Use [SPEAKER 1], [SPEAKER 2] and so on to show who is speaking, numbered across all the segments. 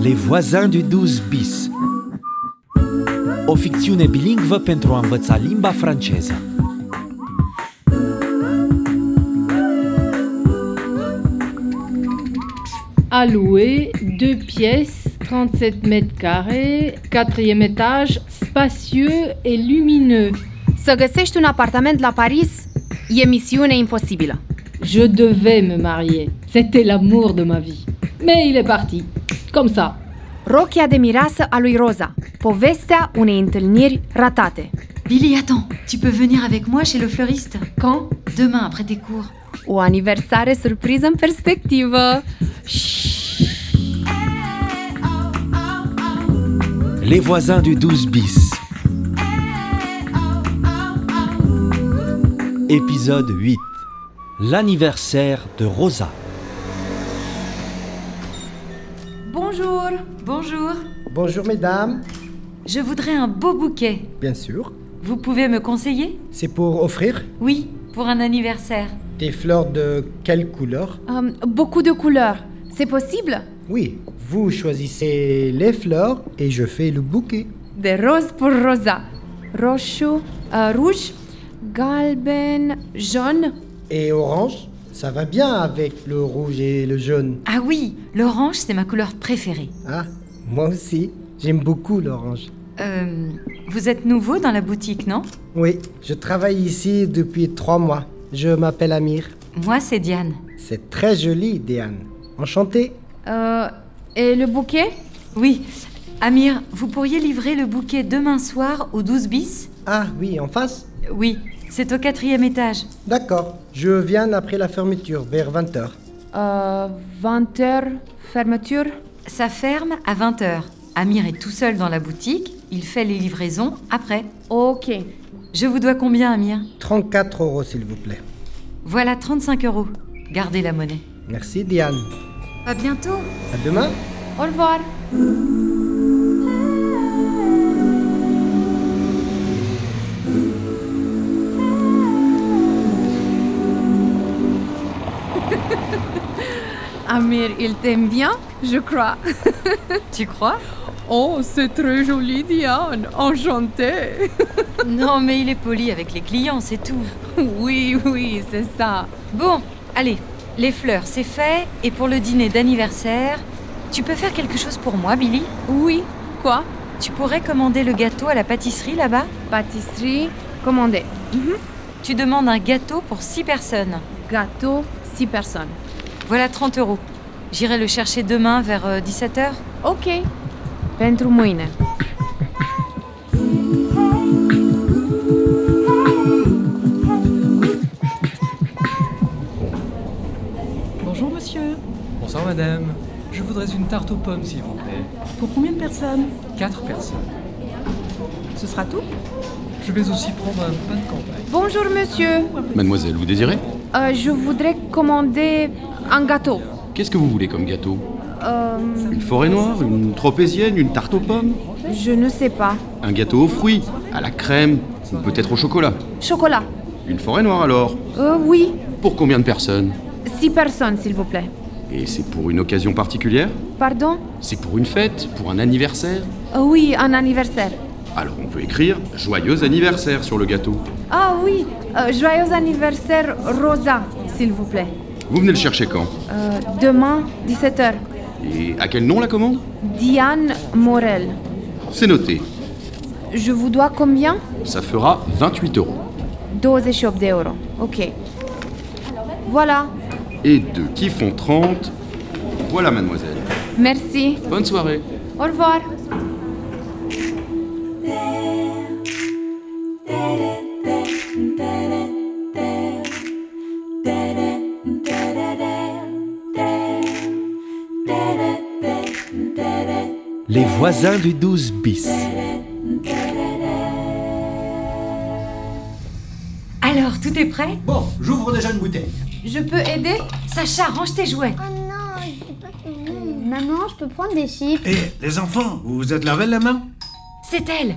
[SPEAKER 1] Les voisini du 12 bis O ficțiune bilingvă pentru a învăța limba franceză
[SPEAKER 2] Alloué, deux pièces, 37 mètres carrés, quatrième étage, spacieux et lumineux.
[SPEAKER 3] Să găsești un apartament la Paris e misiune imposibilă.
[SPEAKER 2] Je devais me marier. C'était l'amour de ma vie. Mais il est parti. Comme ça.
[SPEAKER 3] Rochia de mireasă a lui Roza. Povestea unei întâlniri ratate.
[SPEAKER 4] Billy, attends, tu peux venir avec moi chez le fleuriste
[SPEAKER 2] Quand
[SPEAKER 4] Demain après tes cours.
[SPEAKER 3] O aniversare surpriză în perspectivă.
[SPEAKER 1] Les voisins du 12 bis Épisode 8 L'anniversaire de Rosa
[SPEAKER 4] Bonjour Bonjour
[SPEAKER 5] Bonjour mesdames,
[SPEAKER 4] Je voudrais un beau bouquet.
[SPEAKER 5] bien sûr.
[SPEAKER 4] Vous pouvez me conseiller
[SPEAKER 5] C'est pour offrir
[SPEAKER 4] Oui, pour un anniversaire.
[SPEAKER 5] des fleurs de quelle couleur
[SPEAKER 3] Um, beaucoup de couleurs. C'est posibil?
[SPEAKER 5] Oui, vous choisissez les fleurs et je fais le bouquet.
[SPEAKER 3] De roz pur roza. Roșu, uh, ruj, galben, jaune.
[SPEAKER 5] Et orange, ça va bien avec le rouge et le jaune.
[SPEAKER 4] Ah oui, l'orange, c'est ma couleur préférée.
[SPEAKER 5] Ah, moi aussi, j'aime beaucoup l'orange.
[SPEAKER 4] Euh, vous êtes nouveau dans la boutique, non
[SPEAKER 5] Oui, je travaille ici depuis trois mois. Je m'appelle Amir.
[SPEAKER 4] Moi, c'est Diane.
[SPEAKER 5] C'est très joli, Diane. Enchanté.
[SPEAKER 3] Uh, et le bouquet?
[SPEAKER 4] Oui, Amir, vous pourriez livrer le bouquet demain soir au 12 bis
[SPEAKER 5] Ah oui, en face
[SPEAKER 4] Oui, c'est au quatrième étage.
[SPEAKER 5] D'accord, je viens après la fermeture, vers 20h.
[SPEAKER 3] Uh, 20 fermeture.
[SPEAKER 4] Ça ferme à 20h. Amir est tout seul dans la boutique, il fait les livraisons après.
[SPEAKER 3] Ok.
[SPEAKER 4] Je vous dois combien, Amir
[SPEAKER 5] 34 euros, s'il vous plaît.
[SPEAKER 4] Voilà 35 euros. Gardez la monnaie.
[SPEAKER 5] Merci, Diane.
[SPEAKER 4] À bientôt
[SPEAKER 5] À demain.
[SPEAKER 3] Au revoir. Amir, il t'aime bien, je crois.
[SPEAKER 4] Tu crois
[SPEAKER 6] Oh, c'est très joli, Diane. Enchantée.
[SPEAKER 4] Non, mais il est poli avec les clients, c'est tout.
[SPEAKER 6] Oui, oui, c'est ça.
[SPEAKER 4] Bon, allez, les fleurs, c'est fait. Et pour le dîner d'anniversaire, tu peux faire quelque chose pour moi, Billy
[SPEAKER 6] Oui. Quoi
[SPEAKER 4] Tu pourrais commander le gâteau à la pâtisserie là-bas
[SPEAKER 3] Pâtisserie commandée.
[SPEAKER 4] Tu demandes un gâteau pour 6 personnes.
[SPEAKER 3] Gâteau, 6 personnes.
[SPEAKER 4] Voilà 30 euros. J'irai le chercher demain vers euh, 17h.
[SPEAKER 3] Ok. Pentru mâine.
[SPEAKER 7] Bonjour monsieur,
[SPEAKER 8] Bonsoir madame, je voudrais une tarte aux pommes s'il vous plaît.
[SPEAKER 7] pour combien de personnes
[SPEAKER 8] Quatre personnes.
[SPEAKER 7] Ce sera tout
[SPEAKER 8] Je vais aussi prendre un pain de campagne.
[SPEAKER 3] Bonjour, monsieur.
[SPEAKER 9] Mademoiselle, vous désirez
[SPEAKER 3] Euh, je voudrais commander un gâteau.
[SPEAKER 9] Qu'est-ce que vous voulez comme gâteau
[SPEAKER 3] Euh,
[SPEAKER 9] Une forêt noire, une tropézienne, une tarte aux pommes
[SPEAKER 3] je ne sais pas.
[SPEAKER 9] Un gâteau aux fruits, à la crème, ou peut-être au chocolat
[SPEAKER 3] Chocolat.
[SPEAKER 9] Une forêt noire alors
[SPEAKER 3] Euh, oui.
[SPEAKER 9] Pour combien de personnes
[SPEAKER 3] 6 personnes, s'il vous plaît.
[SPEAKER 9] Et c'est pour une occasion particulière
[SPEAKER 3] Pardon
[SPEAKER 9] C'est pour une fête Pour un anniversaire
[SPEAKER 3] Euh, Oui, un anniversaire.
[SPEAKER 9] Alors on peut écrire Joyeux anniversaire sur le gâteau.
[SPEAKER 3] Ah oui, euh, joyeux anniversaire Rosa, s'il vous plaît.
[SPEAKER 9] Vous venez le chercher quand
[SPEAKER 3] Euh, demain, 17h.
[SPEAKER 9] Et à quel nom la commande
[SPEAKER 3] Diane Morel.
[SPEAKER 9] C'est noté.
[SPEAKER 3] Je vous dois combien
[SPEAKER 9] Ça fera 28 euros.
[SPEAKER 3] 28 de euros. Ok. Voilà.
[SPEAKER 9] Et deux qui font 30. Voilà mademoiselle.
[SPEAKER 3] Merci.
[SPEAKER 9] Bonne soirée.
[SPEAKER 3] Au revoir.
[SPEAKER 1] Les voisins du 12 bis
[SPEAKER 4] Alors, tout est prêt
[SPEAKER 10] Bon, j'ouvre déjà une bouteille.
[SPEAKER 3] Je peux aider
[SPEAKER 4] Sacha, range tes jouets.
[SPEAKER 11] Maman, je peux prendre des chips
[SPEAKER 10] Hé, les enfants, vous vous êtes lavé la main
[SPEAKER 4] C'est elle.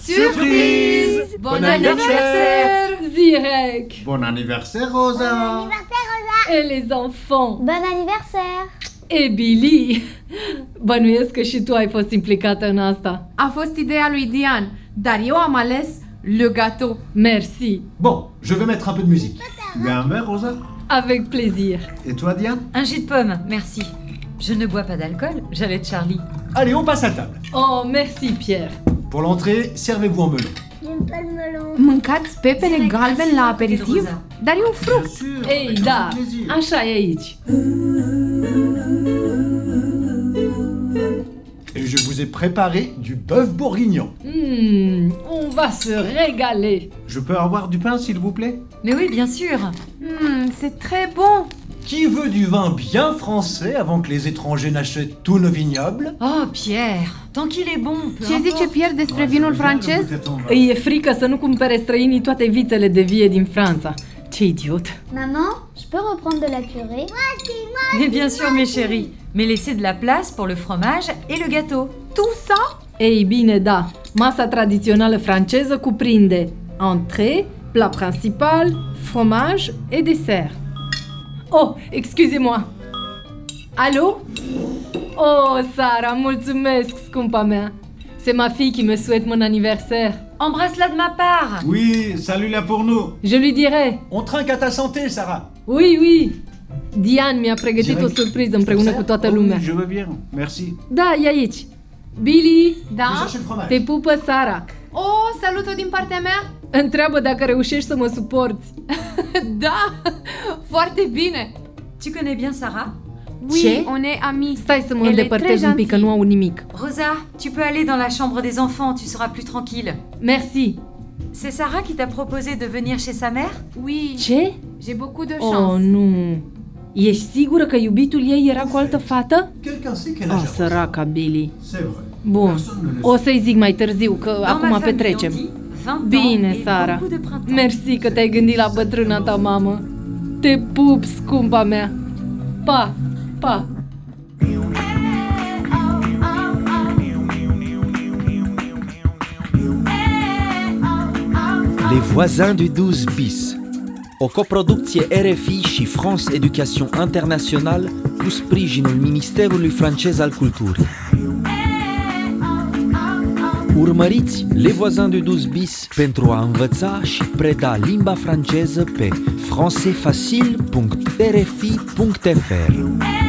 [SPEAKER 10] Surprise
[SPEAKER 4] Bon anniversaire
[SPEAKER 2] Zirek
[SPEAKER 10] Bon anniversaire, Rosa
[SPEAKER 11] Anniversaire, Rosa
[SPEAKER 2] Et les enfants
[SPEAKER 11] Bon anniversaire
[SPEAKER 2] Et Billy Bănuiesc că și tu ai fost implicată în asta.
[SPEAKER 3] A fost ideea lui Diane, dar eu am ales le gâteau.
[SPEAKER 2] Merci.
[SPEAKER 10] Bon, je vais mettre un peu de musique. Tu veux un verre, Rosa
[SPEAKER 2] Avec plaisir.
[SPEAKER 10] Et toi, Diane
[SPEAKER 4] Un jus de pomme, merci. Je ne bois pas d'alcool, j'allais de Charlie.
[SPEAKER 10] Allez, on passe à table.
[SPEAKER 2] Oh, merci Pierre.
[SPEAKER 10] Pour l'entrée, servez-vous en melon.
[SPEAKER 11] J'aime pas le melon.
[SPEAKER 3] Mâncați pepene galben la aperitiv? Dar e un fruct.
[SPEAKER 2] Ei, da, așa e aici.
[SPEAKER 10] Et je vous ai préparé du bœuf bourguignon.
[SPEAKER 2] Hmm, on va se régaler.
[SPEAKER 10] Je peux avoir du pain, s'il vous plaît
[SPEAKER 4] Mais oui, bien sûr.
[SPEAKER 3] Hmm, c'est très bon.
[SPEAKER 10] Qui veut du vin bien français avant que les étrangers n'achètent tous nos vignobles
[SPEAKER 4] Oh, Pierre, tant qu'il est bon, peu
[SPEAKER 3] Ce zice
[SPEAKER 4] importe.
[SPEAKER 3] Pierre despre vinul francez?
[SPEAKER 2] Îi e frică să nu cumpere străinii toate vițele de vie din Franța. Ce idiot!
[SPEAKER 11] Maman, je peux reprendre de la purée
[SPEAKER 4] Mais bien sûr, mes chéris. Mais laissez de la place pour le fromage et le gâteau.
[SPEAKER 3] Tout ça?
[SPEAKER 2] Ei bine, da, masa tradițională franceză cuprinde entrée, plat principal, fromage et dessert. Oh, excusez-moi! Allô? Oh, Sara, mulțumesc, scumpa mea! C'est ma fille qui me souhaite mon anniversaire.
[SPEAKER 4] Embrasse-la de ma part.
[SPEAKER 10] Oui, salut-la pour nous.
[SPEAKER 2] Je lui dirai.
[SPEAKER 10] On trinque à ta santé, Sarah.
[SPEAKER 2] Oui, oui! Diane mi-a pregătit
[SPEAKER 10] Direct.
[SPEAKER 2] o surpriză împreună cu toată
[SPEAKER 10] Oh,
[SPEAKER 2] lumea.
[SPEAKER 10] Je veux bien, merci.
[SPEAKER 2] Da, e aici. Billy,
[SPEAKER 10] Je
[SPEAKER 3] Da?
[SPEAKER 10] cherche le fromage.
[SPEAKER 2] te pupă Sara.
[SPEAKER 3] Oh, salut-o din partea mea?
[SPEAKER 2] Întreabă dacă reușești să mă suporți.
[SPEAKER 3] Da, foarte bine.
[SPEAKER 4] Tu connais bien Sarah
[SPEAKER 3] Oui,
[SPEAKER 2] Ce?
[SPEAKER 3] on est amis.
[SPEAKER 2] Stai să mă
[SPEAKER 3] Ele
[SPEAKER 2] îndepărtez
[SPEAKER 3] trei
[SPEAKER 2] un pic, că nu
[SPEAKER 3] gentili.
[SPEAKER 2] au nimic.
[SPEAKER 4] Rosa, tu peux aller dans la chambre des enfants, tu seras plus tranquille.
[SPEAKER 2] Merci.
[SPEAKER 4] C'est Sarah qui t'a proposé de venir chez sa mère
[SPEAKER 3] Oui,
[SPEAKER 2] Ce?
[SPEAKER 3] j'ai beaucoup de
[SPEAKER 2] Oh,
[SPEAKER 3] chance.
[SPEAKER 2] nu. Ești sigură că iubitul ei era cu altă fată?
[SPEAKER 10] Quelqu'un sait quel âge
[SPEAKER 2] Oh,
[SPEAKER 10] a Rosa
[SPEAKER 2] săraca Billy.
[SPEAKER 10] C'est vrai.
[SPEAKER 2] Bun,
[SPEAKER 10] Personne ne le
[SPEAKER 2] o
[SPEAKER 10] sait.
[SPEAKER 2] să-i zic mai târziu, că
[SPEAKER 4] Dans ma
[SPEAKER 2] acum
[SPEAKER 4] famille, on
[SPEAKER 2] petrecem.
[SPEAKER 4] dit 20 ans
[SPEAKER 2] Bine,
[SPEAKER 4] et
[SPEAKER 2] Sarah.
[SPEAKER 4] beaucoup de printemps.
[SPEAKER 2] Mersi că te-ai gândit la bătrâna ta mamă. Te pup, scumpa mea. Pa, pa.
[SPEAKER 1] Les voisins du 12 bis. O coproducție RFI și France Education International cu sprijinul Ministerului francez al Culturii. Urmăriți Le Voisins du 12 bis pentru a învăța și preda limba franceză pe francefacil.rfi.fr.
[SPEAKER 11] Oh,